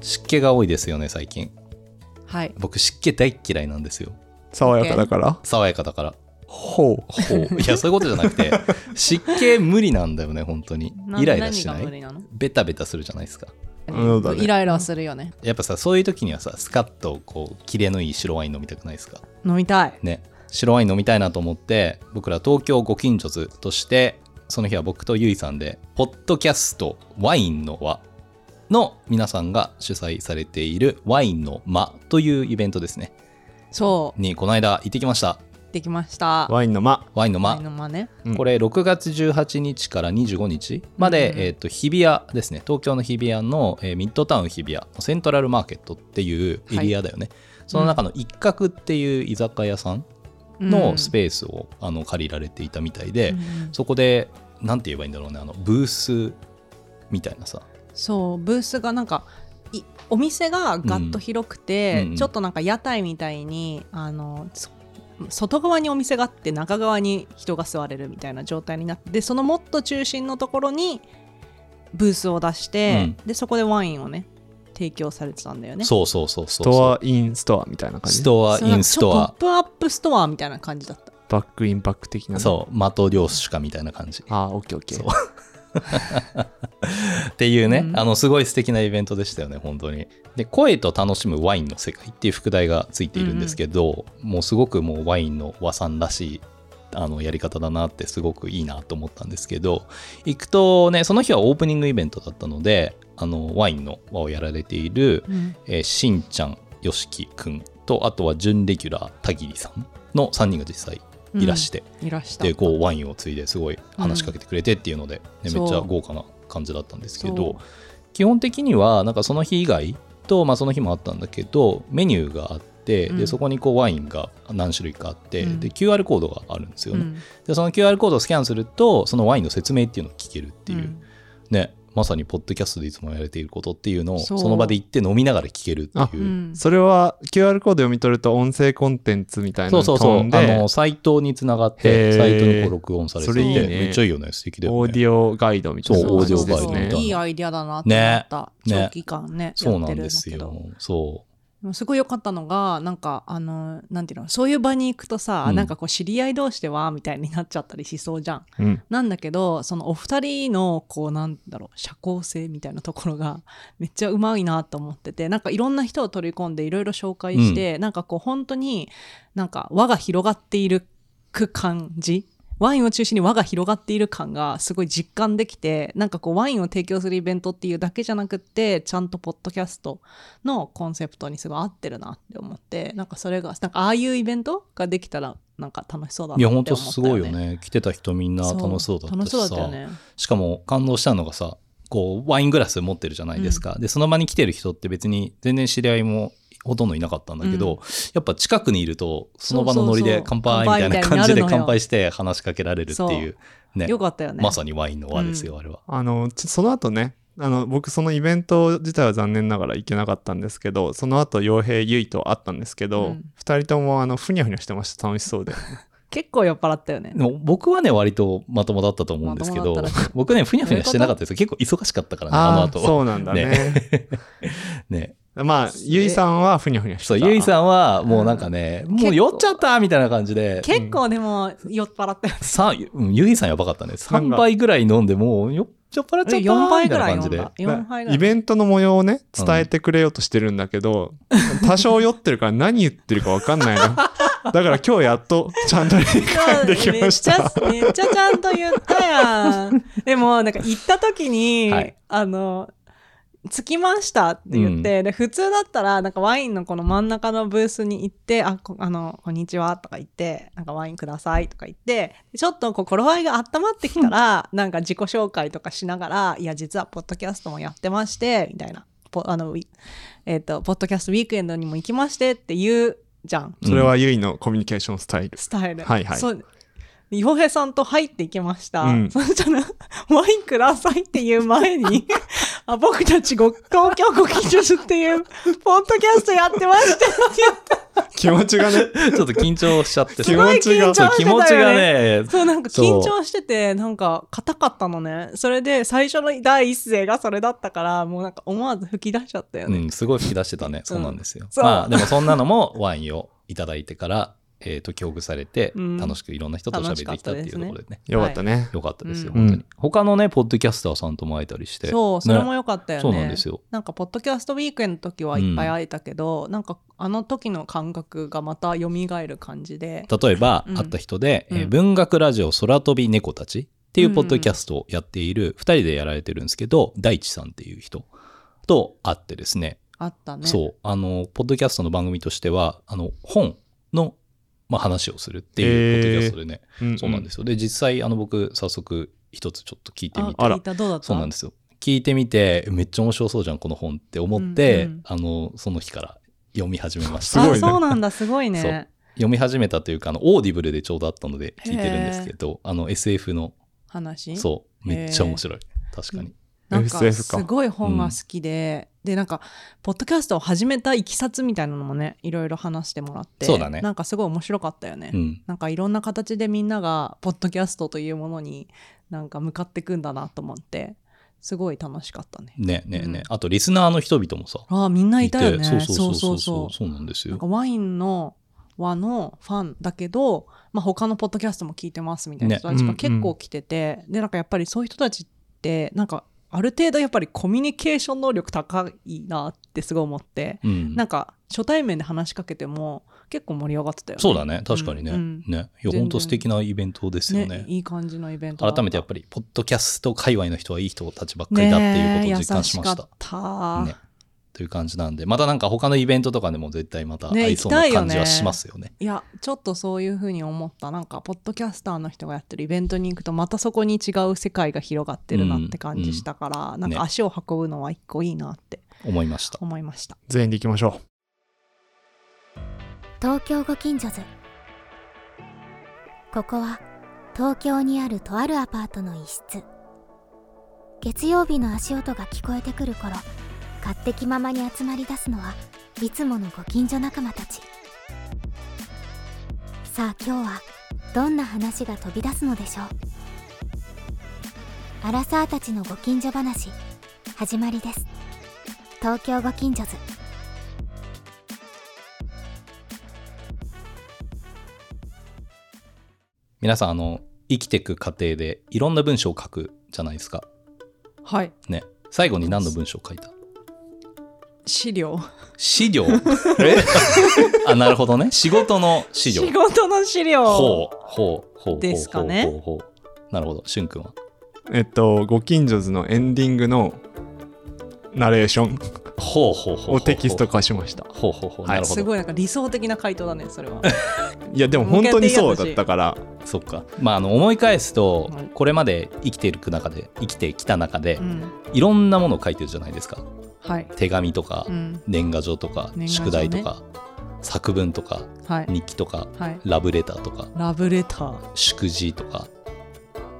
湿気が多いですよね最近はい僕湿気大っ嫌いなんですよ爽やかだから爽やかだからほうほういやそういうことじゃなくて湿気無理なんだよね本当になイライラしな何が無理いなのベタベタするじゃないですかそうだねイライラするよねやっぱさそういう時にはさスカッとこうキレのいい白ワイン飲みたくないですか飲みたいね白ワイン飲みたいなと思って僕ら東京ご近所図としてその日は僕とゆいさんでポッドキャストワインの輪の皆さんが主催されているワインの間というイベントですねそうにこの間行ってきましたできましたワインの間ワインのワイ間ンの間ねうんこれ6月18日から25日まで、うんえー、と日比谷ですね東京の日比谷の、えーミッドタウン日比谷のセントラルマーケットっていうエリアだよね、その中の一角っていう居酒屋さんのスーペースを、あの借りられていたみたいで、うんうんそこでなんて言えばいいんだろうねあのブースみたいなさそうブースがなんかいお店がガッと広くて、うんうんちょっとなんか屋台みたいにあのそ外側にお店があって中側に人が座れるみたいな状態になってでそのもっと中心のところにブースを出して、でそこでワインをね提供されてたんだよねそうそうそうスそうトアインストアみたいな感じストアそうインストなんかアちょっとポップアップストアみたいな感じだったバックインバック的なねそうマトリョーシカみたいな感じああオッケーオッケそうーっていうね、うんあのすごい素敵なイベントでしたよね本当にで「声と楽しむワインの世界」っていう副題がついているんですけど、もうすごくもうワインの和さんらしいあのやり方だなってすごくいいなと思ったんですけど行くとねその日はオープニングイベントだったのであのワインの輪をやられている、えーしんちゃんよしきくんとあとは準レギュラーたぎりさんの3人が実際いらして、いらしたでこうワインをついですごい話しかけてくれてっていうので、ねそうめっちゃ豪華な感じだったんですけそうど基本的にはなんかその日以外と、まあ、その日もあったんだけどメニューがあって、うんでそこにこうワインが何種類かあって、うんで QR コードがあるんですようね、んでその QR コードをスキャンするとそのワインの説明っていうのを聞けるっていう、うんねまさにポッドキャストでいつもやれていることっていうのをそそうの場で行って飲みながら聞けるっていうう。んそれは QR コード読み取ると音声コンテンツみたいなそのうにそうそう、飛あんでの、サイトにつながっへて、ーサイトにこう録音されていて、それいいねめっちゃいいよね、素敵だよね。オーディオガイドみたいなそうオーディオ感ガイじドみでたいなそすういいアイディアだなって思った、ねね長期間ねそうやっなてんるでだすけどよ。そでもすごい良かったのがなんかあのなんていうのそういう場に行くとさ、うんなんかこう知り合い同士ではみたいになっちゃったりしそうじゃん。うんなんだけどそのお二人のこうなんだろう社交性みたいなところが めっちゃうまいなと思っててなんかいろんな人を取り込んでいろいろ紹介して、なんかこう本当になんか輪が広がっているく感じワインを中心に輪が広がっている感がすごい実感できてなんかこうワインを提供するイベントっていうだけじゃなくってちゃんとポッドキャストのコンセプトにすごい合ってるなって思ってなんかそれがなんかああいうイベントができたらなんか楽しそうだなう。いってや、思本った当よね。すごいよね。来てた人みんなそう楽しそうだった楽ししそうださ。ったよね。しかも感動したのがさ、こう、ワイングラス持ってるじゃないですか。で、その場に来てる人って別に全然知り合いもほとんどいなかったんだけど、うんやっぱ近くにいると、その場のノリそうでそうそう乾杯みたいな感じで乾杯みたいになるのよ乾杯して話しかけられるっていう、ねよかったよね。まさにワインの輪ですよ、あれは。あのちその後ねあの僕そのイベント自体は残念ながら行けなかったんですけどその後傭兵ゆいと会ったんですけうど、ん二2人ともあのふにゃふにゃしてました楽しそうで結構酔っ払ったよねで。も僕はね、割とまともだったと思うんですけまともどだったら、僕ね、ふにゃふにゃしてなかったですよ。結構忙しかったからね、あのああ後。そうなんだ ねね、まあゆいさんはふにゃふにゃしてそたう、ゆいさんは、もうなんかね、もう結構酔っちゃったみたいな感じで、結構でも酔っ払ったよね。さうんゆいさんやばかったね。なん3か杯ぐらい飲んで、もう酔っちゃっ払っちゃったみ4た杯いぐならい感飲じんで。だ。4杯ぐらイい。ベントの模様をね伝えてくれようとしてるんだけど、 多少酔ってるから何言ってるか分かんないのだから今日やっとちゃんと理解できましためっちゃめっちゃちゃんと言ったやん。でもなんか行った時に、はいあの着きましたって言って、で普通だったらなんかワインのこの真ん中のブースに行って「あこあのこんにちは」とか言って「なんかワインください」とか言ってちょっとこう頃合いが温まってきた らなんか自己紹介とかしながら「いや実はポッドキャストもやってまして」みたいな「ポあのウィえっとポッドキャストウィークエンドにも行きまして」って言うじゃん。それはゆいのコミュニケーションスタイルスタイル。はいはいそう洋平さんと入っていきました。うん そしたら、ワインくださいっていう前に、あ僕たちご東京ご近所っていう、ポッドキャストやってましてって気持ちがね、ちょっと緊張しちゃって気持ちがすそごうい緊張して気たよ持ちがねねそうなんかそう緊張しててなんか硬かったのねそれで最初の第一声がそれだったからもうなんか思わず吹き出しちゃったようね、ん、すごい吹き出してたね。そうなんですよ。そうまあ、でもそんなのもワインをいただいてから、えっ、と、記憶されて、うん楽しくいろんな人と喋ってきたっていうところでね。よかったね。。よかったですよ、うん本当に。他のね、ポッドキャスターさんとも会えたりして。そうそれも良かったよねそうなんですよ。なんかポッドキャストウィークエンドの時はいっぱい会えたけど、なんかあの時の感覚がまた蘇る感じで例えば、うん会った人で、えーうん文学ラジオ空飛び猫たちっていううんポッドキャストをやっている、二人でやられてるんですけど、大地さんっていう人と会ってですね、あったねそう、あの、ポッドキャストの番組としては、あの、本の、まあ、話をするっていうポッドキャストでね、そうなんですすよ。で、実際、あの、僕、早速、一つちょっと聞いてあみて、あら聞いたどうだったそうなんですよ。聞いてみて、めっちゃ面白そうじゃん、この本って思って、うんうんあの、その日から読み始めましすた。 ごいねあそうなんだすごいね読み始めたというか、あの、オーディブルでちょうどあったので聞いてるんですけど、あの、SF の、話そう、めっちゃ面白い。確かに。なんか SF かすごい本が好きで、でなんかポッドキャストを始めたいきさつみたいなのもねいろいろ話してもらってそうだねなんかすごい面白かったよね、うん。なんかいろんな形でみんながポッドキャストというものになんか向かってくんだなと思ってすごい楽しかったねね、ね、うんね。あと、リスナーの人々もさ、ああみんないたよねそうそうそうそうそそうう。そうなんですなんよか。ワインの和のファンだけど、まあ、他のポッドキャストも聞いてますみたいなね人たちうんうがん結構来てて、でなんかやっぱりそういう人たちってなんかある程度やっぱりコミュニケーション能力高いなってすごい思って、うんなんか初対面で話しかけても結構盛り上がってたよね。そうだね、確かにね。うんね。い全や、然本当素敵なイベントですよねいい感じのイベントだ改めてやっぱりポッドキャスト界隈の人はいい人たちばっかりだっていうことを実感しましねえ優しかたっ。た、ねという感じなんでまたなんか他のイベントとかでも絶対またね合いそうな感じ行きたいよねはしますよね。いやちょっとそういうふうに思ったなんかポッドキャスターの人がやってるイベントに行くとまたそこに違う世界が広がってるなって感じしたから、なんかね足を運ぶのは一個いいなって思いました。思いました、全員で行きましょ東京ご近所図ここは東京にあるとあるアパートの一室月曜日の足音が聞こえてくる頃勝手気ままに集まり出すのはいつものご近所仲間たちさあ今日はどんな話が飛び出すのでしょうアラサーたちのご近所話始まりです東京ご近所図皆さんあの生きてく過程でいろんな文章を書くじゃないですか。はいね。最後に何の文章を書いた資料資料 あなるほどね。仕事の資料。仕事の資料ほうほうほうほうですかねほうほうほうなるほど。しゅんくんは。う。えっと、ご近所図のエンディングのナレーションほうほうほうほうほう。をテキスト化しました。ほうほうほう。はいなるほすど。ごいなんか理想的な回答だねそれはいや、でも本当にそうだったから、そっか。まあ、あの思い返すと、はいこれまで生きていく中で生きてきた中で、うんいろんなものを書いてるじゃないですか。はい手紙とか、うん年賀状とか、年賀状ね宿題とか作文とかはい日記とかはいラブレターとかラブレター祝辞とか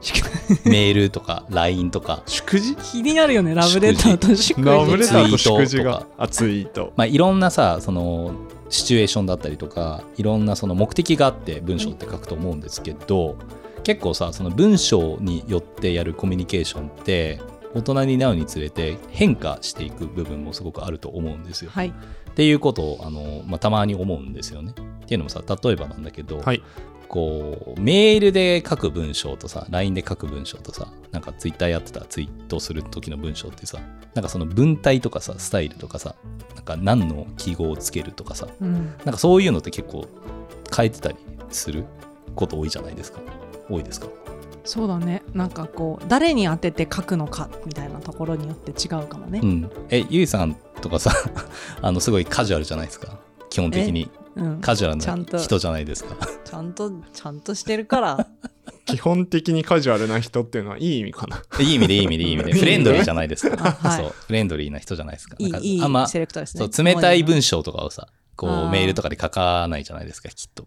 メールとか LINE とか祝辞気になるよねラブレターと祝辞ラブレターと祝ツ辞イートが、あ、ツイート。まあ、いろんなさそのシチュエーションだったりとかいろんなその目的があって文章って書くと思うんですけど、結構さその文章によってやるコミュニケーションって大人になるにつれて変化していく部分もすごくあると思うんですよ。はいっていうことをあの、まあ、たまに思うんですよね。っていうのもさ例えばなんだけど、はいこうメールで書く文章とさ LINE で書く文章とさなんか Twitter やってたらツイートする時の文章ってさなんかその文体とかさスタイルとかさなんか何の記号をつけるとかさうんなんかそういうのって結構変えてたりすること多いじゃないですか多いですかそうだねなんかこう誰に当てて書くのかみたいなところによって違うかもねう、んえゆいさんとかさ あのすごいカジュアルじゃないですか基本的にうん、カジュアルちゃんとな人じゃないですか ちゃんとちゃんとしてるから基本的にカジュアルな人っていうのはいい意味かな。いい意味でいい意味でいい 意味でフレンドリーじゃないですか、あはいそうフレンドリーな人じゃないですかいなんかいいあんまいセレクトですねそう冷たいもう文章とかをさこあーうメールとかで書かないじゃないですかきっと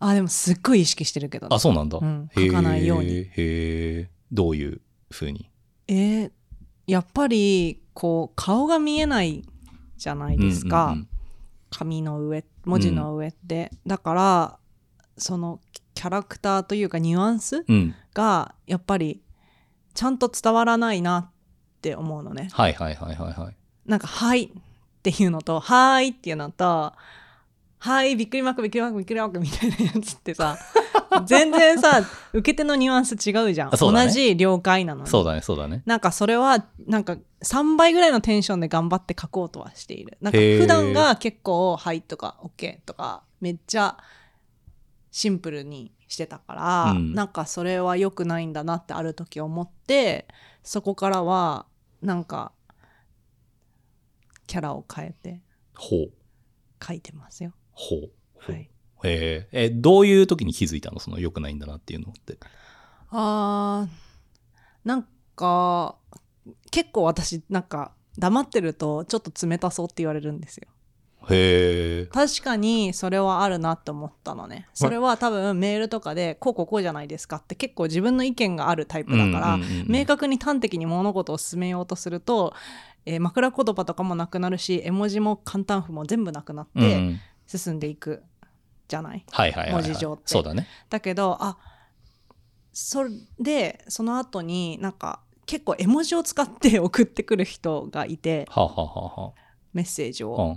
なあでもすっごい意識してるけどねあそうなんだ、うんへー書かないようにへえどういうふうにえーやっぱりこう顔が見えないじゃないですか、うんうんうん紙の上文字の上って、だからそのキャラクターというかニュアンスうん。がやっぱりちゃんと伝わらないなって思うのねはいはいはいはいはい。なんか「はい」っていうのと「はーい」っていうのと「はいびっくりマークびっくりマークびっくりマーク」みたいなやつってさ全然さ受け手のニュアンス違うじゃん、あそうだね同じ了解なのにそうだね、そうだね。なんかそれはなんか3倍ぐらいのテンションで頑張って書こうとはしているなんかへー普段が結構「はい」とか「OK」とかめっちゃシンプルにしてたから、うんなんかそれは良くないんだなってある時思ってそこからはなんかキャラを変えてほう。書いてますよ。ほう。ほはうい、へええ、どういう時に気づいたのその良くないんだなっていうのって。あーなんか結構私なんか黙ってるとちょっと冷たそうって言われるんですよ。へえ。確かにそれはあるなって思ったのねそれは多分メールとかでこうこうこうじゃないですかって結構自分の意見があるタイプだから、うんうんうんうん明確に端的に物事を進めようとすると、えー枕言葉とかもなくなるし絵文字も簡単符も全部なくなっうてん進んでいくじゃない、はいはいはい、はい。文字上ってそうだね。だけどあそれでその後になんか結構絵文字を使って送ってくる人がいてはあ、はあはメッセージあを。は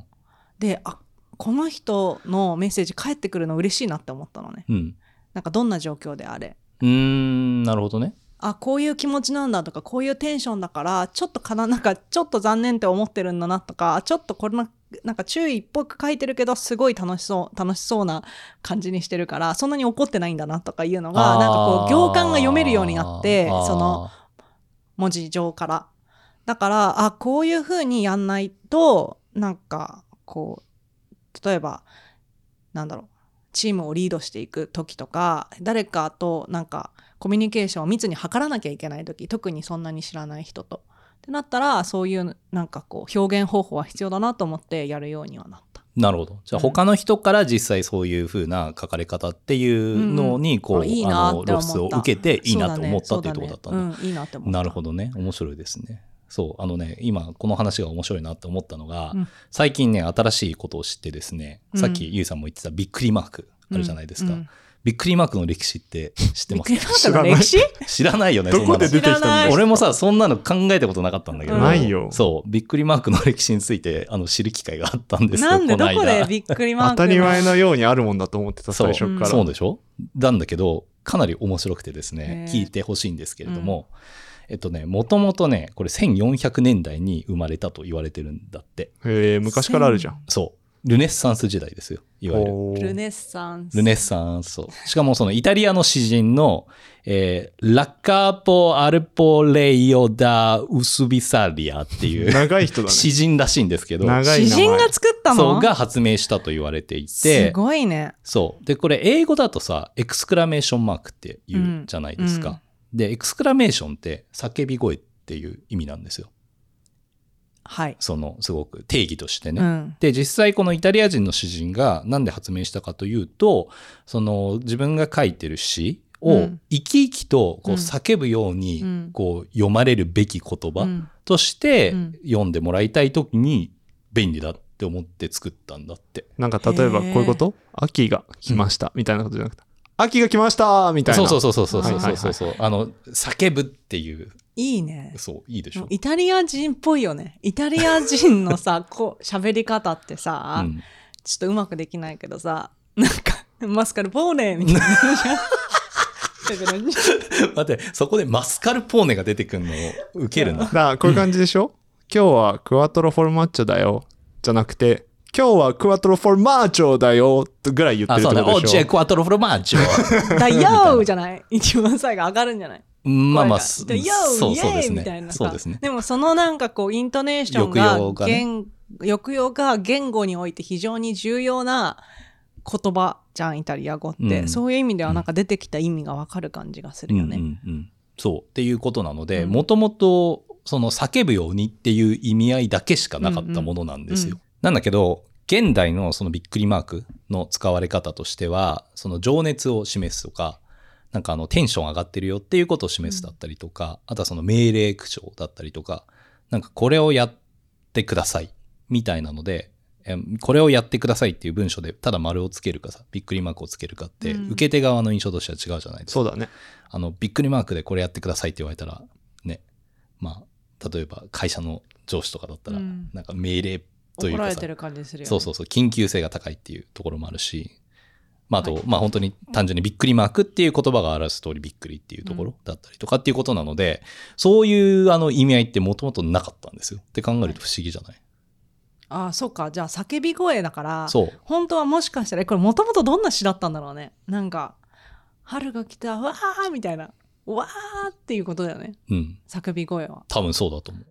であこの人のメッセージ返ってくるの嬉しいなって思ったのねあ、うん。なんかどんな状況であれうん。うーん、なるほどね。あこういう気持ちなんだとかこういうテンションだからちょっとかななんかちょっと残念って思ってるんだなとかちょっとこれななんか注意っぽく書いてるけどすごい楽しそう楽しそうな感じにしてるからそんなに怒ってないんだなとかいうのがなんかこう行間が読めるようになってあーその。文字上から。だから、あ、こういう風にやんないと、なんか、こう、例えば、なんだろう、チームをリードしていく時とか、誰かとなんか、コミュニケーションを密に図らなきゃいけない時、特にそんなに知らない人と。ってなったら、そういう、なんかこう、表現方法は必要だなと思ってやるようにはなった。なるほど。じゃあ、他の人から実際そういう風な書かれ方っていうのに、こう、あいいなあっての思った露出を受けていいなと思ったそっていうとこねろだったんだ。そうねうん、いいなって思った。なるほどね。面白いですね。そう。あのね、今、この話が面白いなって思ったのが、うん最近ね、新しいことを知ってですね、うんさっきゆうさんも言ってたびっくりマークあるじゃないですか。うんうんびっくりマークの歴史 って知ってびっまくりすマークの歴史知らないよね、どこでそん出なてのきたんだ知らない俺もさ、そんなの考えたことなかったんだけど、うんないよそう、びっくりマークの歴史についてあの知る機会があったんですよ、なんでどのこ間でびっくりマー当クがたり前のようにあるもんだと思ってたそう最初からそうでしょなんだけどかなり面白くてですねへー聞いてほしいんですけれども、えっとねもともとねこれ1400年代に生まれたと言われてるんだってへえ昔からあるじゃんそうルネッサンス時代ですよいわゆるおールネッサンス。ルネッサンスそうしかもそのイタリアの詩人の、えーラッカーポ・アルポ・レイオ・ダ・ウスビサリアっていう長い人だね詩人らしいんですけど長い詩名前人が作ったのそうが発明したと言われていてすごいね。そう。で、これ英語だとさ、エクスクラメーションマークって言うじゃないですか。うんで、エクスクラメーションって叫び声っていう意味なんですよ。はい。その、すごく定義としてね。うん。で、実際このイタリア人の詩人がなんで発明したかというと、その自分が書いてる詩うをん生き生きとこううん叫ぶよううにんこう読まれるべき言う葉んとしてうん読んでもらいたいときに便利だって思って作ったんだって。なんか例えばこういうこと秋が来ましたみたいなことじゃなくて秋が来ましたみたいなそうそうそうそうそうそうそうそうはいはいはいそうあの叫ぶっていういいね。そういいでしょイタリア人っぽいよね。イタリア人 のさ、こう、喋り方ってうさ、んちょっとうまくできないけどさ、なんか、マスカルポーネみ たいなじゃん。だから待ってそこでマスカルポーネが出てくるのを受けるだなからこういう感じでしょ今日はクワトロフォルマッチョだよじゃなくて今日はクワトロフォルマッチョだよぐらい言ってあるっそうてだこオとーでチしェょクワトロフロマー チョだよーじゃない一番最後上がるんじゃないまあまあ声そがだよーそうイエそうですーイみたいねなさそうですねでもそのなんかこう、イントネーションが、抑揚がね言抑揚が言語において非常に重要な言葉じゃん、イタリア語って。うんそういう意味ではなんか出てきた意味がわかる感じがするよね。うんうんうんそうっていうことなのでうんもともとその叫ぶようにっていう意味合いだけしかなかったものなんですよ、うんうんなんだけど現代のそのびっくりマークの使われ方としてはその情熱を示すとかなんかあのテンション上がってるよっていうことを示すだったりとか、あとはその命令口調だったりとかなんかこれをやってくださいみたいなのでえーこれをやってくださいっていう文章でただ丸をつけるかさびっくりマークをつけるかって、うん受け手側の印象としては違うじゃないですかそうだね。あのびっくりマークでこれやってくださいって言われたらねまあ例えば会社の上司とかだったら、うんなんか命令とい怒うらかれさてる感じするよね。そうそうそう緊急性が高いっていうところもあるし、まあ、あと、はいまあ本当に単純にびっくりマークっていう言葉が表す通りびっくりっていうところだったりとかっていうことなので、そういうあの意味合いってもともとなかったんですよって考えると不思議じゃない、ああ、そうか。じゃあ、叫び声だから、そう本当はもしかしたら、これもともとどんな詩だったんだろうね。なんか、春が来た、わーみたいな、わーっていうことだよね。うん叫び声は。多分そうだと思う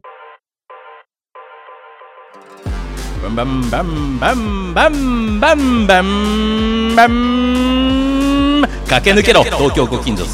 バンバンバンバンバンバンバンバン駆け抜けろ東京ご近所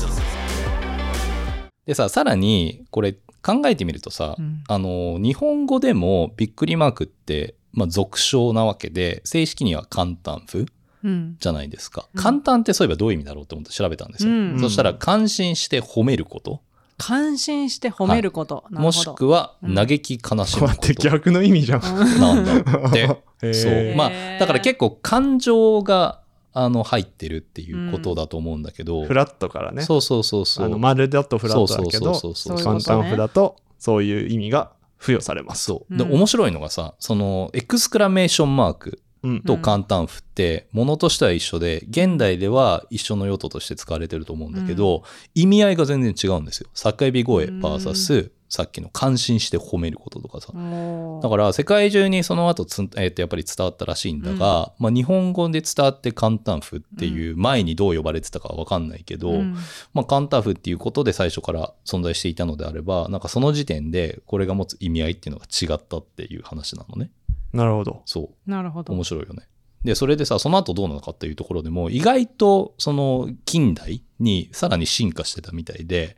でささらにこれ考えてみるとさ、うんあの日本語でもびっくりマークって、まあ、俗称なわけで正式には簡単風うん。じゃないですか、うん簡単ってそういえばどういう意味だろうと思って調べたんですよ、うんそしたら感心して褒めること感心して褒めること。なるほどもしくはうん嘆き悲しこむうやこってと逆の意味じゃん。なんだって へーそうまあだから結構感情があの入ってるっていうことだと思うんだけど、フラットからね。そうそうそうそうあの丸だとフラットだけど、そうそうそうそうそういう簡ことね単符だとそういう意味が付与されます。そう。で、うん面白いのがさ、その、エクスクラメーションマークうん。と簡単符って、ものとしては一緒で、現代では一緒の用途として使われてると思うんだけど、意味合いが全然違うんですよ。叫び声うん VS、さっきの感心して褒めることとかさ。もうだから世界中にその後つん、えーとやっぱり伝わったらしいんだが、まあ、日本語で伝わって簡単符っていう前にどう呼ばれてたかは分かんないけど、うんまあ、カンターフっていうことで最初から存在していたのであればなんかその時点でこれが持つ意味合いっていうのが違ったっていう話なのねなるほど。そなるほうど面。白いよねでそれでさその後どうなのかっていうところでも意外とその近代にさらに進化してたみたいで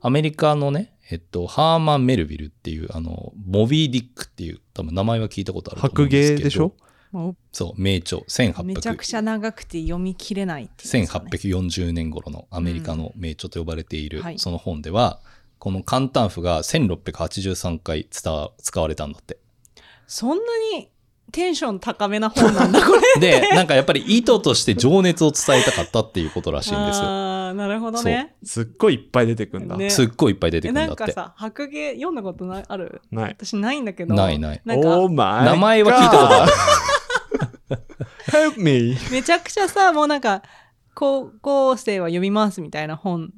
アメリカのねえっと、ハーマン・メルビルっていう、あの、モビー・ディックっていう、多分名前は聞いたことあると思う白んですけ芸ど。でしょもそう、名著、うめちゃくちゃ長くて読み切れないっていうやつだね、 1840年頃のアメリカの名著と呼ばれているはいその本では、この簡単符が1683回伝わ使われたんだって。そんなにテンション高めな本なんだ、こ れ。で、なんかやっぱり意図として情熱を伝えたかったっていうことらしいんですよ。ああ、なるほどね。すっごいいっぱい出てくんだ。ねすっごいいっぱい出てくるえんだなっんかて。さ、白芸読んだことないあるない。私ないんだけど。ないないんか Oh my 名前は聞いたことある。る。Help me! めちゃくちゃさ、もうなんか、高校生は読みますみたいな本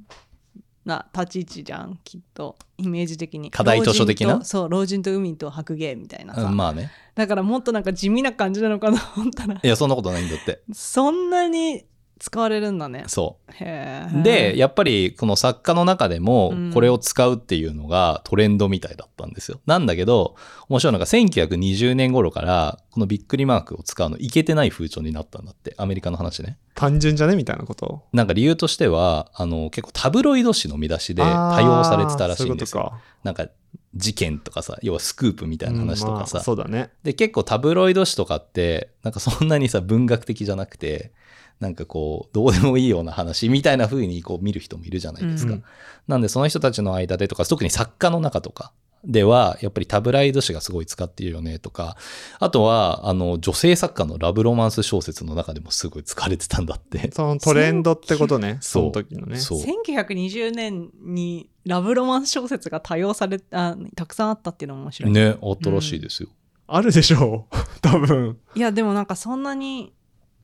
な立ち位置じゃん、きっと。イメージ的に。課題図書的な老人とそう、老人と海と白芸みたいなさ。 うんまあね。だからもっとなんか地味な感じなのかな、思ったらい。や、そんなことないんだって。そんなに使われるんだね。そへう。え。で、、やっぱりこの作家の中でもうんこれを使うっていうのがトレンドみたいだったんですよ。なんだけど、面白いのが1920年頃からこのびっくりマークを使うのいけてない風潮になったんだって。アメリカの話ね。単純じゃねみたいなことなんか理由としては、あの、結構タブロイド紙の見出しで多用されてたらしいんですよ。あーそういうことかなんか事件とかさ、要はスクープみたいな話とかうんまさあ、そうだね。で、結構タブロイド紙とかって、なんかそんなにさ、文学的じゃなくて、なんかこう、どうでもいいような話みたいな風にこう見る人もいるじゃないですか。うんなんで、その人たちの間でとか、特に作家の中とかでは、やっぱりタブロイド紙がすごい使っているよねとか、あとは、あの、女性作家のラブロマンス小説の中でもすごい使われてたんだって。そのトレンドってことね。そうその時のね。そう。 1920年にラブロマンス小説が多用されたたくさんあったっていうのも面白い、ね、新しいですよ。あるでしょ う。多分。いやでもなんかそんなに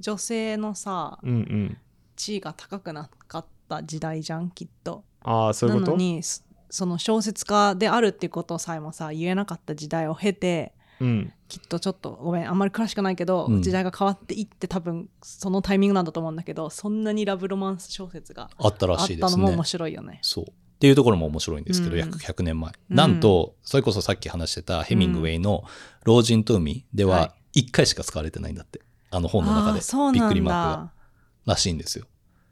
女性のさうんうん。地位が高くなかった時代じゃんきっとああ、そういうなこのとにそその小説家であるっていうことさえもさ言えなかった時代を経てうん。きっとちょっとごめんあんまり詳しくないけど、うん時代が変わっていって多分そのタイミングなんだと思うんだけどそんなにラブロマンス小説があったらあっしいでたすのね。も面白いよね。そう。っていうところも面白いんですけど、うん約100年前。うんなんと、それこそさっき話してたヘミングウェイの老人と海ではは1回しか使われてないんだって。あの本の中あでーそう。びっなくりんマークが。だらしいんですよ。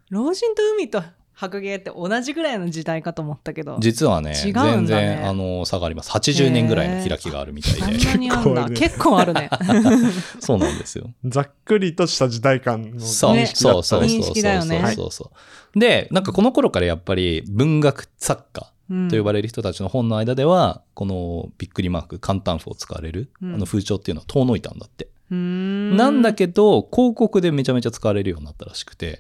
老人と海と白芸って同じぐらいの時代かと思ったけど実はね、違うんだね全然あの差があります。80年ぐらいの開きがあるみたあいんで。なにあんだ結結構あるね そうなんですよ。ざっくりとした時代感のそう、ね認識だそうったそねうそ認う識だよねそうそうそう。で、なんかこの頃からやっぱり文学作家と呼ばれれる人たちの本の間では、このびっくりマーク、簡単符を使われる、うんあの風潮っていうのは遠のいたんだって。うななんだけど広告でめちゃめちゃ使われるようになったらしくて、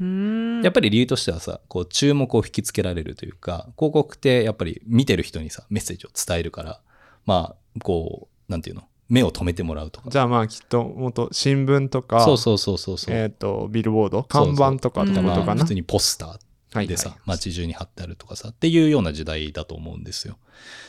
やっぱり理由としてはさこう注目を引きつけられるというか広告ってやっぱり見てる人にさメッセージを伝えるからまあこうなんていうの目を留めてもらうとかじゃあまあきっと元新聞とかそうそうそうそうそう、えっ、とビルボードそうそ看う板とかってことまかあ、な普通にポスタはいーでさ、はい街中に貼ってあるとかさっていうような時代だと思うんですよ。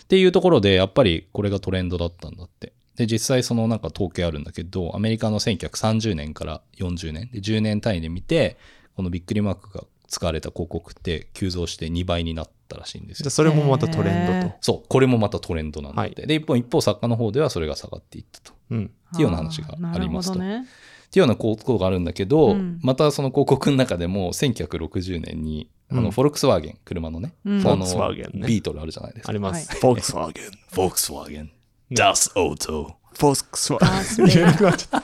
っていうところでやっぱりこれがトレンドだったんだって。で実際そのなんか統計あるんだけどアメリカの1930年から40年で10年単位で見てこのびっくりマークが使われた広告って急増して2倍になったらしいんですじよゃあ。それもまたトレンドと、そう、これもまたトレンドなんだって。はで、一方、一方、作家の方ではそれが下がっていったと。っうん、ていうような話がありますとなるほどねていうようなことがあるんだけど、うんまたその広告の中でも、1960年に、あうんの、フォルクスワーゲン、車のね、うんあフのォルクスワーゲンねビートルあるじゃないですあか。ります、はフォルクスワーゲンフォルクスワーゲン、ダスオートフォルクスワダースーベイゲンダ言えなくなっちゃっ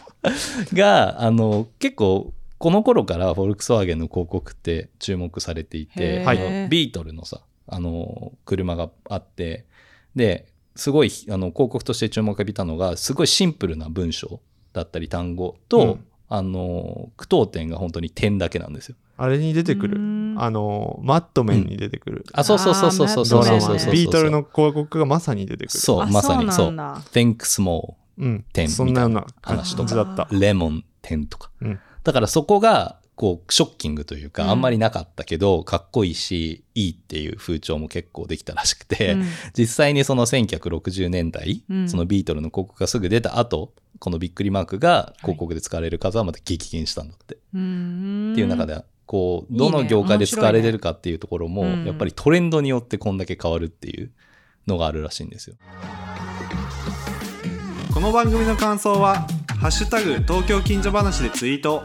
が、あの、結構、この頃からフォルクスワーゲンの広告って注目されていて、へーはいビートルのさ、あの、車があって、で、すごい、あの、広告として注目を浴びたのが、すごいシンプルな文章だったり単語と、うんあの、句読点が本当に点だけなんですよ。たあれに出てくうるんあのマットメンに出てくる、あ、そうそうそうそうそうあーそうドそラうマそうのそう。ビートルの広告がまさに出てくるそう、あまさに、そそううなんだ。 think small, うん点そんなような感話とじかだったあ lemon, 点とか。うんだからそこが、こう、ショッキングといううんか、あんまりなかったけど、かっこいいし、いいっていう風潮も結構できたらしくて、うん実際にその1960年代、うんそのビートルの広告がすぐ出た後このびっくりマークが広告で使われる数はまた激減したんだって、うんっていう中でこういいねどの業界で使われてるかっていうところも、面白いねうんやっぱりトレンドによってこんだけ変わるっていうのがあるらしいんですよ。この番組の感想は「ハッシュタグ東京近所話」でツイート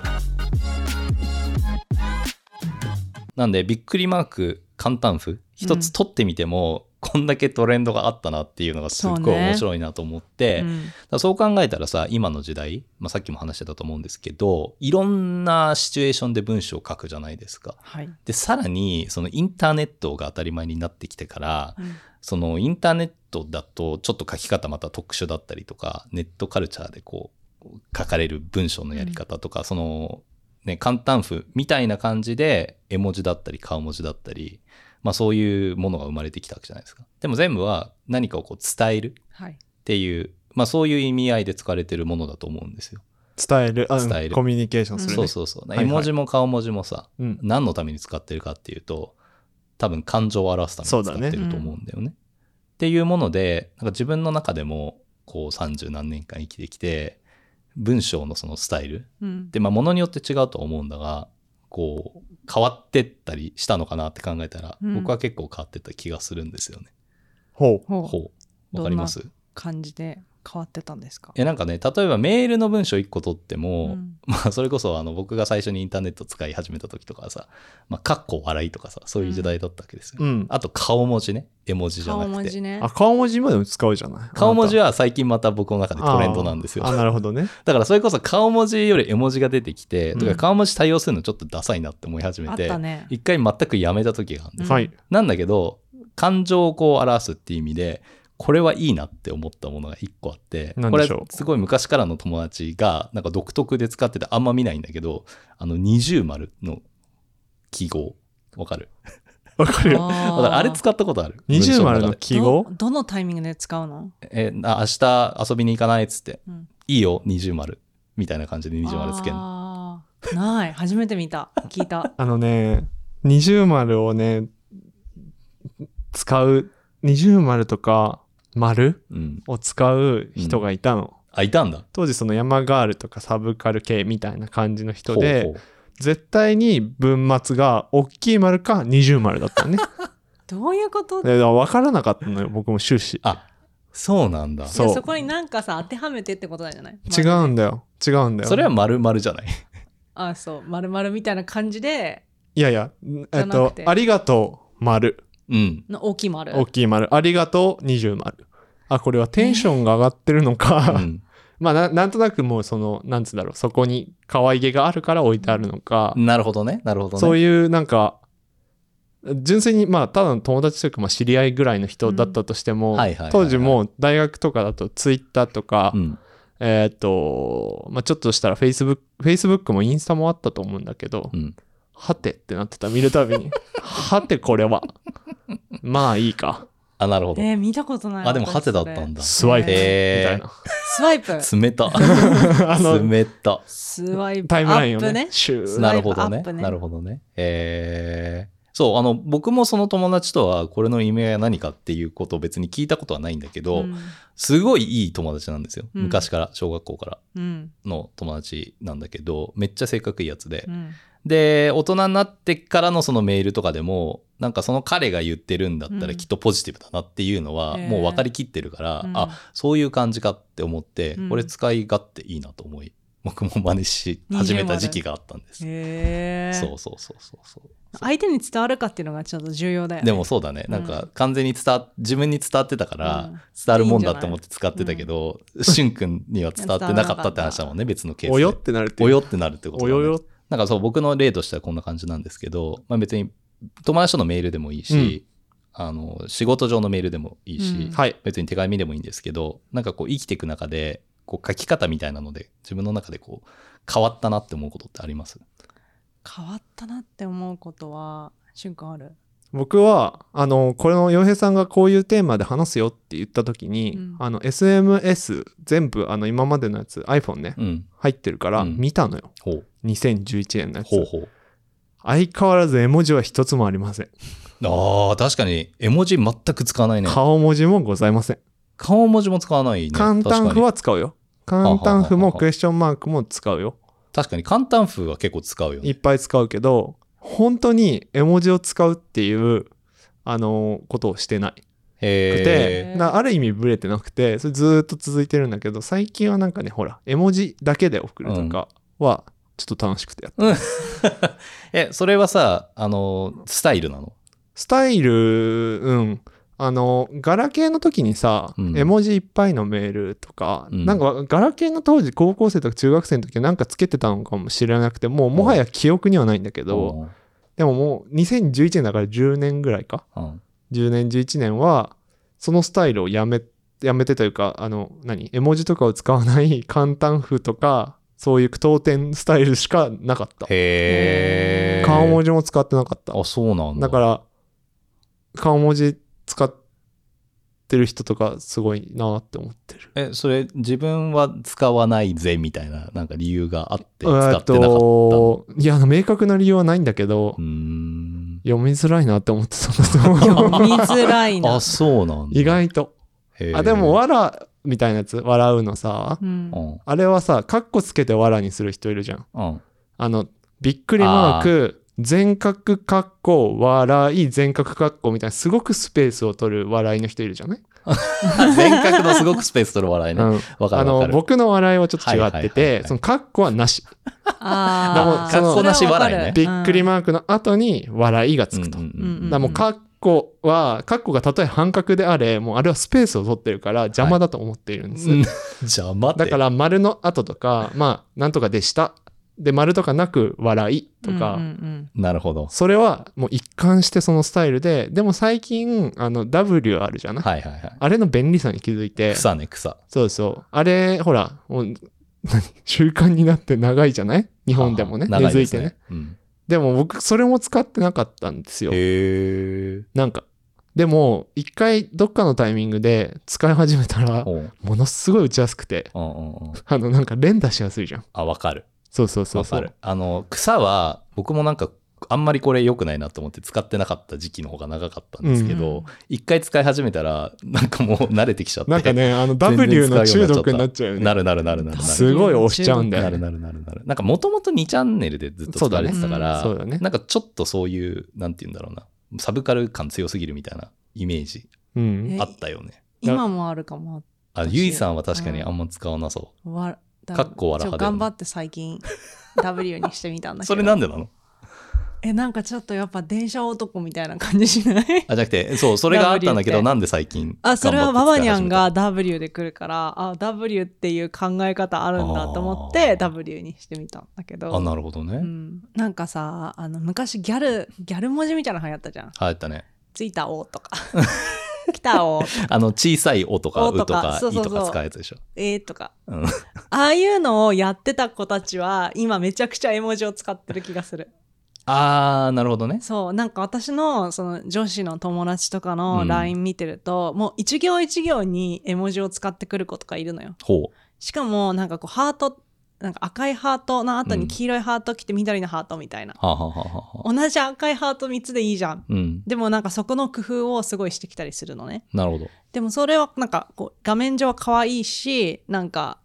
なんでびっくりマーク簡単譜一つ取ってみても、こんだけトレンドがあったなっていうのがすっそごういね面白いなと思って。うんだからそう考えたらさ今の時代、まあ、さっきも話してたと思うんですけどいろんなシチュエーションで文章を書くじゃないですか。はい。でさらにそのインターネットが当たり前になってきてからうんそのインターネットだとちょっと書き方また特殊だったりとかネットカルチャーでこう書かれる文章のやり方とか、そのね簡単譜みたいな感じで絵文字だったり顔文字だったりまあそういうものが生まれてきたわけじゃないですか。でも全部は何かをこう伝えるはい。っていう、まあ、そういう意味合いで使われてるものだと思うんですよ。伝えるあ伝えるコミュニケーションする、ねそうそうそう。はいは絵い文字も顔文字もさ、うん何のために使ってるかっていうと、多分感情を表すために使ってると思うんだよね。っていうもので、なんか自分の中でも、こう30何年間生きてきて、文章のそのスタイルうんで、まあ、ものによって違うとは思うんだが、こう、変わってったりしたのかなって考えたら、うん僕は結構変わってった気がするんですよね。ほうほうほう。わかります感じで変わってたんですか。えなんかね例えばメールの文章1個取っても、うんまあそれこそあの僕が最初にインターネット使い始めた時とかはさ「まあ、かっこ笑い」とかさそういう時代だったわけですよ、うんあと顔文字ね絵文字じゃな顔く文て字ねあ。顔文字までも使うじゃない顔文字はは最近また僕の中でトレンドなんですよあーあなるほどねだからそれこそ顔文字より絵文字が出てきて、うんとか顔文字対応するのちょっとダサいなって思い始あめってたね。一回全くやめた時があるんですようんはいなんだけど、感情をこう表すっていう意味で、これはいいなって思ったものが一個あって、何こでれしょうすごい昔からの友達が、なんか独特で使っててあんま見ないんだけど、あの二重丸の記号。わかるわかるだよからああれ使ったことある二重丸の文章中で記号どどのタイミングで使うの？えな明日遊びに行かないっつって、うんいいよ二重丸みたいな感じで二重丸つけるのあーない。初めて見た。聞いた。あのね、二重丸をね、使う、二重丸とか丸うんを使う人がいたの。あいたんだ当時その山ガールとかサブカル系みたいな感じの人で、ほうほ絶対に文末が大きい丸か二重丸だったの ね。どういうこと？でだから分からなかったのよ、僕も終始。あそうなんだそそうそこになんかさ当てはめてってことなんじゃない？違うんだよ、違うんだよ。それは丸丸じゃない あそう丸々みたいな感じでいやいや、えっじゃなとくて、ありがとう丸、うんの大きい丸。大きい丸、ありがとう二重丸。あ、これはテンションが上がってるのか、うん まあななんとなくもうそのなんつうんだろうそこに可愛げがあるから置いてあるのか、なるほどねなるほどねそういうなんか純粋にまあただの友達というかまあ知り合いぐらいの人だったとしても、うんはいはいはいはい当時もう大学とかだとツイッターとか、うんえーっと、まあ、ちょっとしたら Facebook、Facebook もインスタもあったと思うんだけど、うんはてってなってた、見るたびに。はてこれは。まあいいか。あ、なるほど。えー見たことないあ、でも、ハテだっ私たそれんだ。スワイプ。みたへいな。スワイプー、冷た。 あの、冷た。スワイプタイムラインをアップね、シューワなるイプほどアッね。プねなるほどね。えーそう、あの、僕もその友達とは、これの意味合いは何かっていうことを別に聞いたことはないんだけど、うんすごいいい友達なんですよ。うん昔から、小学校からうんの友達なんだけど、めっちゃ性格いいやつでう。んで、大人になってからのそのメールとかでも、なんかその彼が言ってるんだったうんらきっとポジティブだなっていうのは、へーもう分かりきってるから、うんあ、そういう感じかって思ってうん、これ使い勝手いいなと思い、僕も真似し始めた時期があったんです。へえそうそうそうそうそう。相手に伝わるかっていうのがちょっと重要だよねでもそうだね、なんか完全に伝わ自分に伝わってたから、うん伝わるもんだって思って使ってたけど、しゅんくんには伝わってなかったって話だもんね、別のケースで。およってなるっていうおよってなるってことおだね、よよ。なんかそう、僕の例としてはこんな感じなんですけど、まあ別に友達とのメールでもいいし、あの、仕事上のメールでもいいし、うんはい。別に手紙でもいいんですけど、なんかこう生きていく中で、こう書き方みたいなので、自分の中でこう変わったなって思うことってあります変わったなって思うことは瞬間ある僕は、あの、これの洋平さんがこういうテーマで話すよって言った時に、うんあの、SMS 全部、あの、今までのやつ、iPhone ね、うん。入ってるから、うん見たのよ。ほう。 2011年のやつ。ほうほう。相変わらず絵文字は一つもありません。ああ、確かに、絵文字全く使わないね。顔文字もございません。顔文字も使わないね。簡単確符かに。は使うよ。簡単符はははもはクエスチョンマークも使うよ。確かに、簡単風は結構使うよいね。っぱい使うけど、本当に絵文字を使うっていう、あのーことをしてない。くへへえ。ーて、なある意味ブレてなくて、それずーっと続いてるんだけど、最近はなんかね、ほら、絵文字だけで送るとかは、ちょっと楽しくてやってえ、それはさ、あの、スタイルなのスタイル、うん。あの、ガラケーの時にさ、うん絵文字いっぱいのメールとか、うんなんかガラケーの当時、高校生とか中学生の時はなんかつけてたのかもしれなくて、もうもはや記憶にはないんだけうど、でももう2011年だから10年ぐらいか。うん。 10年、11年は、そのスタイルをやめ、やめてというか、あの、何絵文字とかを使わない 簡単風とか、そういう句読点スタイルしかなかった。へえ。顔文字も使ってなかった。あ、そうなんだ。だから、顔文字使ってる人とかすごいなって思ってる。え、それ、自分は使わないぜ、みたいな、なんか理由があって、え使ーっってなかったの。と、いや、明確な理由はないんだけどうー、ん。読みづらいなって思ってたんだと思う 読みづらいなあ、そうなんだ。意外と。へー。あ、でも、わらみたいなやつ、笑うのさ、うんうん。あれはさ、カッコつけてわらにする人いるじゃん。うん。 あの、びっくりマーク、全角カッコ、笑い、全角カッコみたいな、すごくスペースを取る笑いの人いるじゃない、全角のすごくスペース取る笑いね。うん。わかあるわかの、る。僕の笑いはちょっと違ってはいはいはいては、いそのカッコはなし。あーでもそのそれはわか格好なしる笑いねびっくりマークの後に笑いがつくと。うんうんうんうんだからもうカッコは、カッコがたとえ半角であれ、もうあれはスペースを取ってるから邪魔だと思っているんです。うん 邪魔ってだから丸の後とか、まあ、なんとかでした。で、丸とかなく笑いとか、うんうんなるほど。それはもう一貫してそのスタイルで、でも最近、あの、W あるじゃない、はいはいはい。あれの便利さに気づいて、草ね、草。そうそう。あれ、ほら、もう、何 習慣になって長いじゃない日本でもね、あー根付いてね。。長ですうんでも僕、それも使ってなかったんですよ。へえ。なんか。でも、一回どっかのタイミングで使い始めたら、ほうものすごい打ちやすくて、うんうんうんあの、なんか連打しやすいじゃん。あ、わかる。そうそうそうわそかうる。。あの、草は、僕もなんか、あんまりこれ良くないなと思って使ってなかった時期の方が長かったんですけうんど、一回使い始めたら、 なんかもう慣れてきちゃって。なんかね、あの、全然 W の使うよ中う毒になっちゃうよね。なるなるなるなるなる。すごい押しちゃうんだなよるね。なるなるなる。なんかもともと2チャンネルでずっと使われてたから、そうだねうんそうだねなんかちょっとそういう、なんて言うんだろうな、サブカル感強すぎるみたいなイメージうん。あったよね。今もあるかもあ、ゆいさんは確かにあんま使わなそわだかっこわらはちょだよね頑張って 最近 W にしてみたんう。だけどそれなんでなのえなんかちょっとやっぱ電車男みたいな感 じしないあ、じゃなくて、そう、それがあったんだけ W っど、てなんで最近。あそれは頑バ張っバて使ニいャ始ンめたが W で来るからあ W っていう考え方あるんだと思ってあー W にしてみたんだけどあ、なるほどね。うん、なんかさあの昔ギャルギャル文字みたいなの流行ったじゃん流行ったね。 「ついたお」とか来たお、あの、小さい「お」とか「おう」ととかか「い」そうそうそとうか使うやつでしょ。えーとか。うんああいうのをやってた子たちは、今めちゃくちゃ絵文字を使ってる気がする。あー、なるほどね。そう、なんか私の、その女子の友達とかうのん LINE 見てると、もう一行一行に絵文字を使ってくる子とかいるのよ。ほしかも、なんかこう、ハート、なんか赤いハートの後うんに黄色いハート来て緑のハートみたいな。う。はあ、はあはあはあ、同じ赤いハート3つでいいじゃん。うん。でもなんかそこの工夫をすごいしてきたりするのね。なるほど。でもそれはなんかこう画面上は可愛いしなんか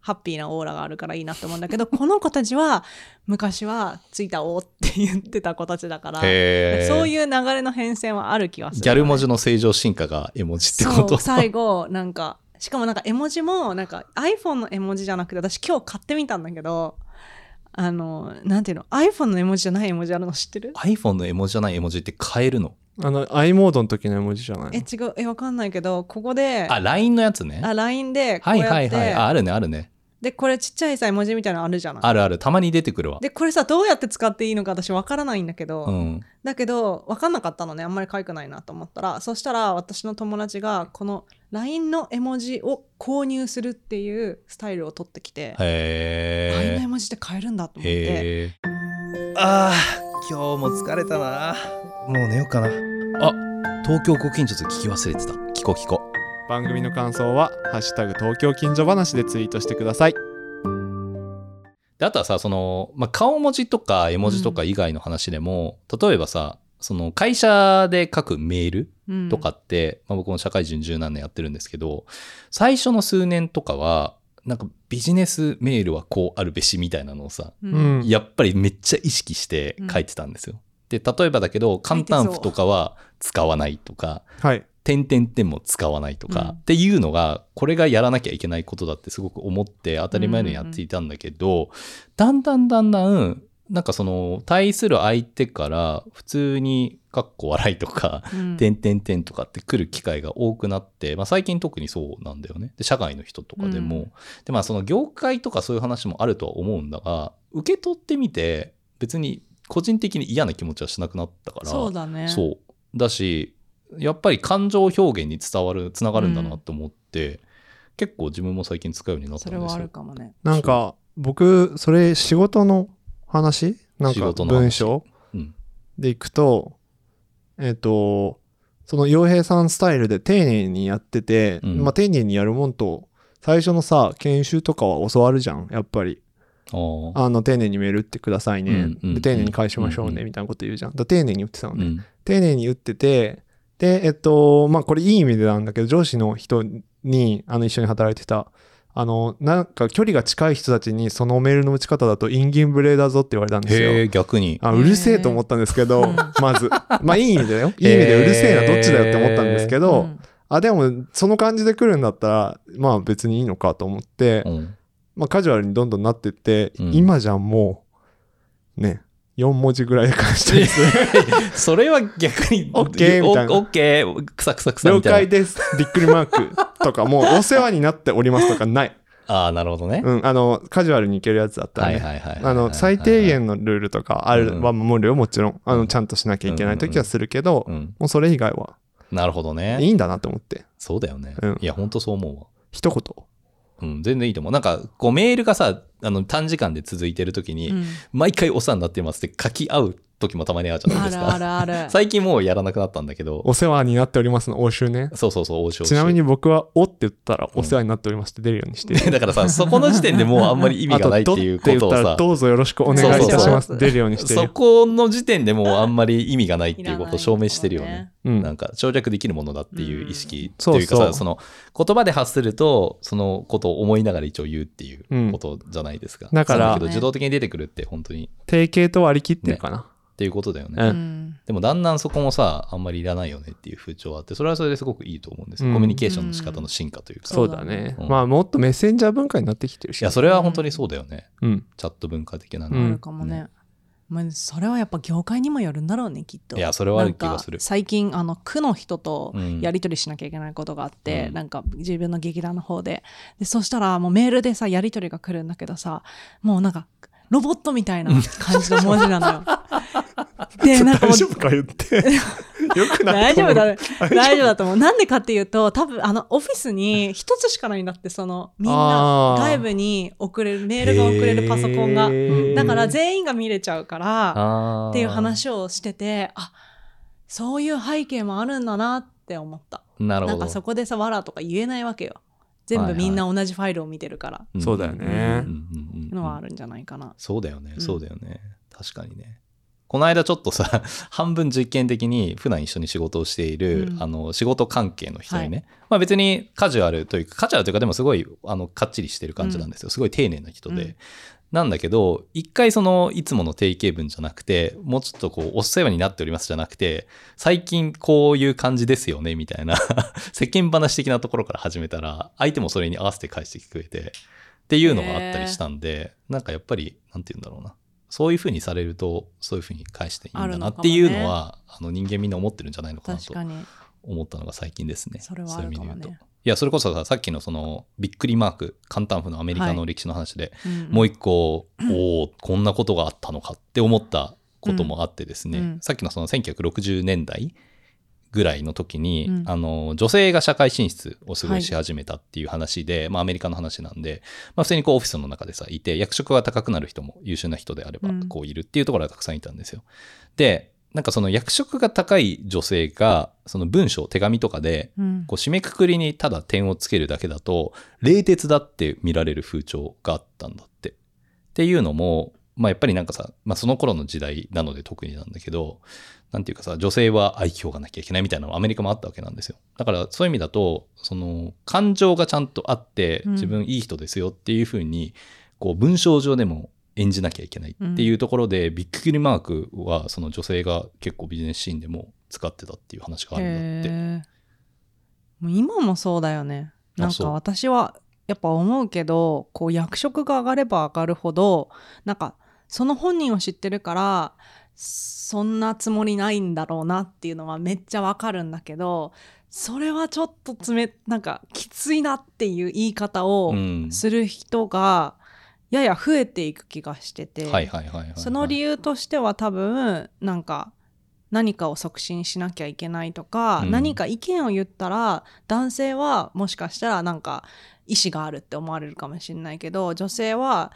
ハッピーなオーラがあるからいいなと思うんだけ どこの子たちは昔は「ついたお」って言ってた子たちだからへーそういう流れの変遷はある気がする、ギャル文字の正常進化が絵文字ってこそとう最後なんかしかもなんか絵文字もなんか iPhone の絵文字じゃなくて私今日買ってみたんだけどあのなんていうの iPhone の絵文字じゃない絵文字あるの知ってる iPhone の絵文字じゃない絵文字って変えるの。あの、i モードの時の絵文字じゃないえ違うえわかんないけどここであ、LINE のやつね。あ LINE でこはういやって、はいはい。あ、あるね、あるね。でこれちっちゃいさ絵文字みたいなのあるじゃないあるある。たまに出てくるわ。でこれさどうやって使っていいのか私わからないんだけど、うん。だけどわかんなかったのねあんまり可愛くないなと思ったらそしたら私の友達がこの LINE の絵文字を購入するっていうスタイルを取ってきて、LINE への絵ー文字って買えるんだと思ってへーあー今日も疲れたなもう寝ようかな東京ご近所と聞き忘れてた。聞こ聞こ。番組の感想は「ハッシュタグ東京近所話」でツイートしてくださいであとはさその、まあ、顔文字とか絵文字とか以外の話でも、例えばさその会社で書くメールうんとかって、まあ、僕も社会人十何年やってるんですけど最初の数年とかはなんかビジネスメールはこうあるべしみたいなのをさ、ううんん、やっぱりめっちゃ意識して書いてたんですよ。で例えばだけど簡単符とかは使わないとかはい点々点も使わないとか、うんっていうのがこれがやらなきゃいけないことだってすごく思って当たり前のようにやっていたんだけど、だんだんだんだんなんかその対する相手から普通に「かっこ笑い」とかうん「点々点」とかって来る機会が多くなって、まあ、最近特にそうなんだよねで社外の人とかでも、うでまあその業界とかそういう話もあるとは思うんだが受け取ってみて別に個人的に嫌な気持ちはしなくなったからそうだねそうだしやっぱり感情表現に伝わるつながるんだなと思って、結構自分も最近使うようになったそんでれすよはあるかもねなんか僕それ仕事の話なん仕か事の話文章うんでいくとえっ、とその洋平さんスタイルで丁寧にやってて、うんまあ丁寧にやるもんと最初のさ研修とかは教わるじゃんやっぱりあああの丁寧にメール打ってくださいね、うんうんで丁寧に返しましょううんうねんみたいなこと言うじゃんだから丁寧に打ってたのうね、ん丁寧に打っててでえっとまあこれいい意味でなんだけど上司の人にあの一緒に働いてたあのなんか距離が近い人たちにそのメールの打ち方だとインギンブレーだぞって言われたんですへえよ逆にあうるせえと思ったんですけへどーまずまあいい意味だよいい意味でうるせえなどっちだよって思ったんですけど、うんあでもその感じで来るんだったらまあ別にいいのかと思って、うんまあ、カジュアルにどんどんなってって、うん今じゃもうね4文字ぐらいで返したりするそれは逆にオッケーみたいなおオッケーくさくさくさ了みたい解なですびっくりマークとかもうお世話になっておりますとか ない、ああなるほどね、うん、あのカジュアルにいけるやつだったらはいね、はいはいはいあの最低、限のルールとかあるは守るよもちろんあのちゃんとしなきゃいけない時はするけど、うん、もうそれ以外はなるほどねいいんだなと思ってそうだよね、うんいやほんとそう思うわ一言うん、全然いいと思う。なんか、こうメールがさ、あの短時間で続いてるときに、うん毎回お世話になってますって書き合う時もたまにあるじゃないあでするか。あるある最近もうやらなくなったんだけど、お世話になっておりますの応酬ねそうそうそう、王将ちなみに僕は「お」って言ったら「お世話になっております」って出るようにして だからさ、そこの時点でもうあんまり意味がないっていうこあとをどって言ったらさ、どうぞよろしくお願いいたします。そうそうそう出るようにしてそる。この時点でもうあんまり意味がないっていいらうなこいとを証明してるよとこね。うんなんか省略できるものだっていう意識うんというかそうさ、そうその言葉で発するとそのことを思いながら一応言うっていうことじゃないですか。うんだからそうけど自動的に出てくるって本当に定型と割り切ってるかな。っていうことだよね。うんうんでもだんだんそこもさあんまりいらないよねっていう風潮あってそれはそれですごくいいと思うんですよ、うんコミュニケーションの仕方の進化というか、ういんそうだね。うんまあもっとメッセンジャー文化になってきてるし。やそれは本当にそうだよねうん。チャット文化的なうあの、んるかもね、まあ、それはやっぱ業界にもよるんだろうねきっといやそれはある気がすなんるか最近あの区の人とうんやり取りしなきゃいけないことがあって、うんなんか自分の劇団の方ででそしたらもうメールでさやり取りが来るんだけどさもうなんかロボットみたいな感じの文字なのよで、なんかも大う丈夫か言 って。よくな大いと丈思夫うだね。大丈夫だと思う。なんでかっていうと、多分あの、オフィスに一つしかないんだって、その、みんなあー外部に送れる、メールが送れるパソコンが。ーだから全員が見れちゃうから、っっていう話をしてて、あ、そういう背景もあるんだなって思った。なるなほんどかそこでさ、わらとか言えないわけよ。全はい部はいみんな同じファイルを見てるから、んそうだよねうんうんうんうんのはあるんじゃないかな。そうだよねうんそうだよね、確かにねこの間ちょっとさ 半分実験的に普段一緒に仕事をしている、うんあの仕事関係の人にね、まあ、別にカジュアルというかカジュアルというかでもすごいあのかっちりしてる感じなんですよ、すごい丁寧な人で。うんなんだけど一回そのいつもの定型文じゃなくてもうちょっとこうお世話になっておりますじゃなくて最近こういう感じですよねみたいな世間話的なところから始めたら相手もそれに合わせて返してくれてっていうのがあったりしたんで、なんかやっぱりなんて言うんだろうなそういうふうにされるとそういうふうに返していいんだなっていうのはあの人間みんな思ってるんじゃないのかな確とかに。思ったのが最近ですね。それはそうあいうる意味かでも言うと。ね。いやそれこそさっきのそのびっくりマーク簡単譜のアメリカの歴史の話で、んもう一個、おおこんなことがあったのかって思ったこともあってですね、うんうんさっきのその1960年代ぐらいの時に、うんあの女性が社会進出をすごいし始めたっていう話で、まあ、アメリカの話なんで、まあ、普通にこうオフィスの中でさいて役職が高くなる人も優秀な人であればうんこういるっていうところがたくさんいたんですよ。でなんかその役職が高い女性がその文章手紙とかでうんこう締めくくりにただ点をつけるだけだと冷徹だって見られる風潮があったんだって。っていうのも、まあ、やっぱりなんかさ、まあ、その頃の時代なので特になんだけどなんていうかさ女性は愛嬌がなきゃいけないみたいなのはアメリカもあったわけなんですよだからそういう意味だとその感情がちゃんとあってうん自分いい人ですよっていうふうに、こう文章上でも演じなきゃいけないっていうところで、ビッグリマークはその女性が結構ビジネスシーンでも使ってたっていう話があるんだって。へーもう今もそうだよねあなんそかう私はやっぱ思うけどこう役職が上がれば上がるほどなんかその本人を知ってるからそんなつもりないんだろうなっていうのはめっちゃわかるんだけどそれはちょっとつめなんかきついなっていう言い方をうんする人がやや増えていく気がしてて、はいはいはいはいはい、その理由としては多分なんか何かを促進しなきゃいけないとか、うん何か意見を言ったら男性はもしかしたらなんか意思があるって思われるかもしれないけど女性は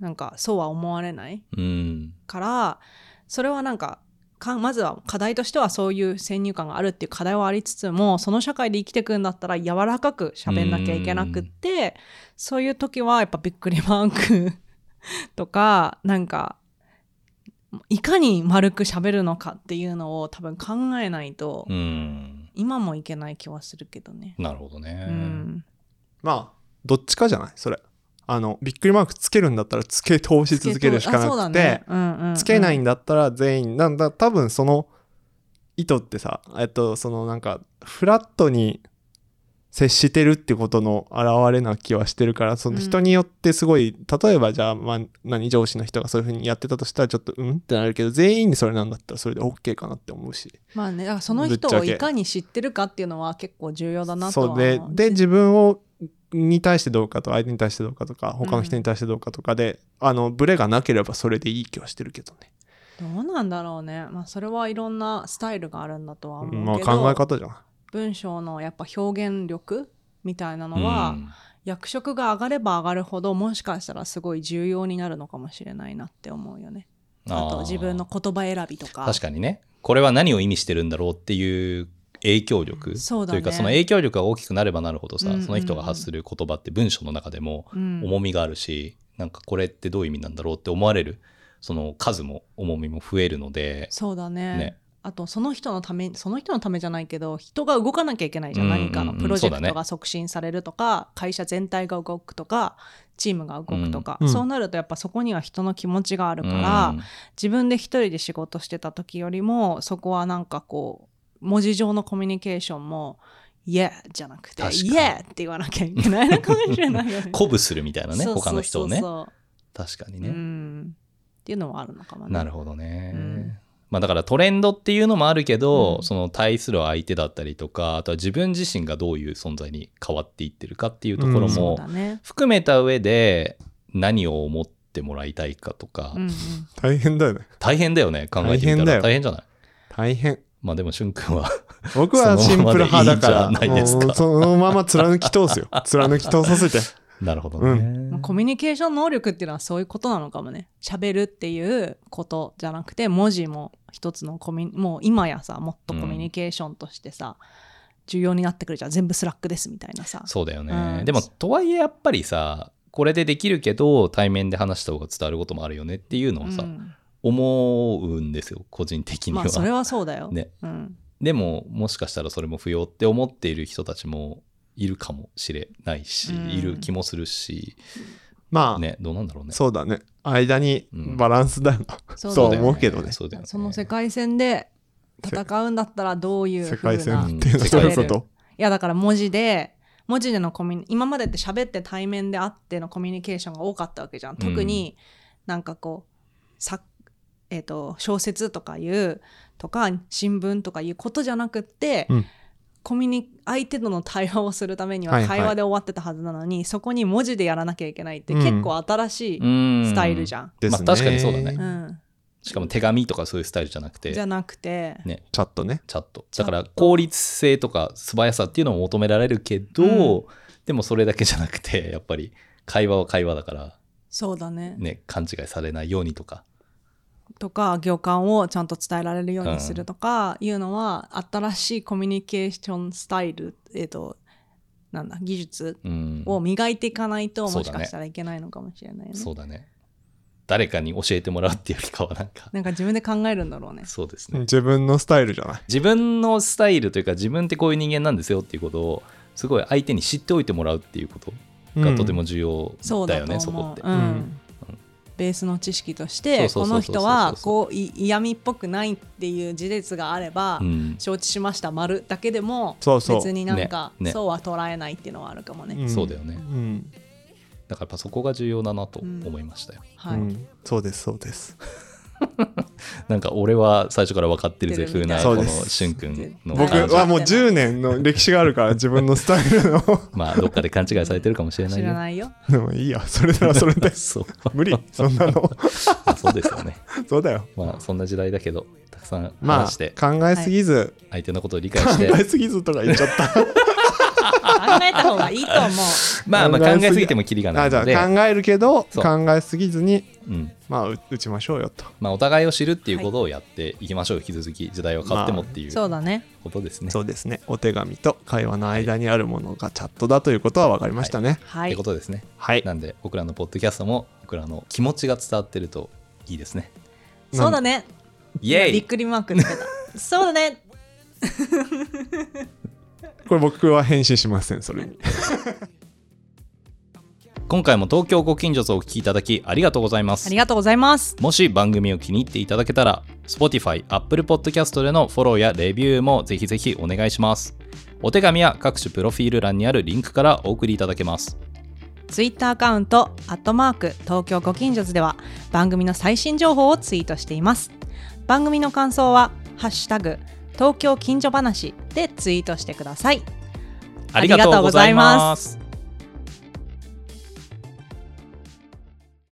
なんかそうは思われないうんからそれはなんかかまずは課題としてはそういう先入観があるっていう課題はありつつもその社会で生きてくんだったら柔らかく喋んなきゃいけなくってそういう時はやっぱびっくりマーク とかなんかいかに丸く喋るのかっていうのを多分考えないと、うん今もいけない気はするけどね。なるほどね。うん、まあ、どっちかじゃないそれ。あの、びっくりマークつけるんだったらつけ通し続けるしかあそうなだくねて、うんうんうんつけないんだったら全員、なんだ、多分その意図ってさ、えっと、そのなんか、フラットに接してるってことの表れな気はしてるから、そのうん人によってすごい、例えばじゃあ、まあ、何、上司の人がそういうふうにやってたとしたら、ちょっとうんってなるけど、全員にそれなんだったらそれで OK かなって思うし。まあね、だからその人ぶっをちゃけいかに知ってるかっていうのは結構重要だなとはそ思ううでで自分をに対してどうかと相手に対してどうかとか他の人に対してどうかとかで、あのブレがなければそれでいい気はしてるけどね、どうなんだろうね。まあそれはいろんなスタイルがあるんだとはま思あうけど、考え方じゃん文章のやっぱ表現力みたいなうのんは、役職が上がれば上がるほどもしかしたらすごい重要になるのかもしれないなって思うよね。あとー自分の言葉選びとか。確かにねこれは何を意味してるんだろうっていう影響力そうだといねうかその影響力が大きくなればなるほどさ、うんうんうんその人が発する言葉って文章の中でもうん重みがあるし、なんかこれってどういう意味なんだろうって思われるその数も重みも増えるのでそうだねねあとその人のためその人のためじゃないけど人が動かなきゃいけないじゃん、うんうんうん何かのプロジそェうクだねトが促進されるとか、会社全体が動くとかチームが動くとか、うんうんそうなるとやっぱそこには人の気持ちがあるから、うん自分で一人で仕事してた時よりもそこはなんかこう文字上のコミュニケーションも「イエーじゃなくて「確かにイエーって言わなきゃいけないのかもしれないよ ね。鼓舞するみたいなねそうそうそう他の人をねそ確かにうね、うんっていうのはあるのかもね。なるほどね。うんまあだからトレンドっていうのもあるけど、うんその対する相手だったりとかあとは自分自身がどういう存在に変わっていってるかっていうところうんそうもだね。含めた上で何を思っってもらいたいかとか、うんうん大変だよね。大変だよね考えてみたら大変だよ大変じゃない大変。まあでもしゅんくん は僕はシンプル派だかそら、のままでいいんじゃないですかもうその まま貫き通す よ。貫き通させて。なるほどね、うまあコミュニケーション能力っていうのはそういうことなのかもね喋るっていうことじゃなくて文字も一つのコミュニもう今やさもっとコミュニケーションとしてさ、重要になってくるじゃん全部スラックですみたいなさそうだよね、うんでもとはいえやっぱりさこれでできるけど対面で話した方が伝わることもあるよねっていうのはさ、うん思うんですよ個人的にまは,、あそれはそうだよ、ねうん、でももしかしたらそれも不要って思っている人たちもいるかもしれないし、うんいる気もするしまあ、ねどうなんだろうねそうだね。間にうんバランスだよな。そうそだうよね思うけどね。そうだよねその世界線で戦うんだったらどういう世風界な線っていうのはそういうこと。いやだから文字で文字でのコミュニ今までって喋って対面であってのコミュニケーションが多かったわけじゃん特になんかこうさ、えー、と小説とかいうとか新聞とかいうことじゃなくって、うんコミュニ相手との対話をするためにははいはい会話で終わってたはずなのに、そこに文字でやらなきゃいけないって結構新しいススタイルじゃんゃん、ですまあ確かにそうだねうんしかも手紙とかそういうスタイルじゃなくてじゃなくて、ねチャットね。チャットだから効率性とか素早さっていうのも求められるけど、でもそれだけじゃなくてやっぱり会話は会話だからそうだねね勘違いされないようにとかとか行間をちゃんと伝えられるようにするとかいうのは、新しいコミュニケーションスタイル、えっとなんだ技術うんを磨いていかないと、そうもしだねかしたらいけないのかもしれないねそうだね誰かに教えてもらうっていうよりかはなんかなんか自分で考えるんだろうね。そうですね自分のスタイルじゃない。自分のスタイルというか自分ってこういう人間なんですよっていうことをすごい相手に知っておいてもらうっていうことうがんとても重要そうだだよとね、思う。そこって、うんうんベースの知識としてそうそうこのそうそうそう人はこうい嫌味っぽくないっていう事実があれば、うん承知しました丸だけでもそうそう別になんか、ねねそうは捉えないっていうのはあるかもね。んそうだよねうん。だからやっぱそこが重要だなと思いましたよ、はい、うんそうです、そうです。なんか俺は最初から分かってるぜ知って風るみたないこのそうですしゅんくんの僕感じはもう10年の歴史があるから、自分のスタイルの。まあどっかで勘違いされてるかもしれない知よ。らないよ。でもいいや、それならそれで そう無理、そんなの。そうですよねそうだよ。まあそんな時代だけどたくさんま話しあて、考えすぎず、相手のことを理解考して、 えすぎずとか言っちゃった。考えた方がいいと思う。まあまあ考えすぎてもキリ がなあいじのゃあで考えるけど、そう考えすぎずに、うんまあ、う打ちましょうよと。まあ、お互いを知るっていうことをやっていきましょう、引き続き時代は変わっても っていうそうだね。ことですね。そうですね。お手紙と会話の間にあるものがチャットだということは分かりましたね。はっていこ。とですね。はい。なんで僕らのポッドキャストも僕らの気持ちが伝わってるといいですね。そうだね。イエびイっくりマークつけた。そうだね。これ僕は返信しません、それに。今回も東京ご近所とお聞きいただきありがとうございまあすり。がとうございます。もし番組を気に入っていただけたら Spotify、Apple Podcast でのフォローやレビューもぜひぜひお願いします。お手紙は各種プロフィール欄にあるリンクからお送りいただけます。ツイッターアカウント、アットマーク、東京ご近所図では、番組の最新情報をツイートしています。番組の感想は、ハッシュタグ、東京近所話でツイートしてください。ありがとうございありがとうございま。ます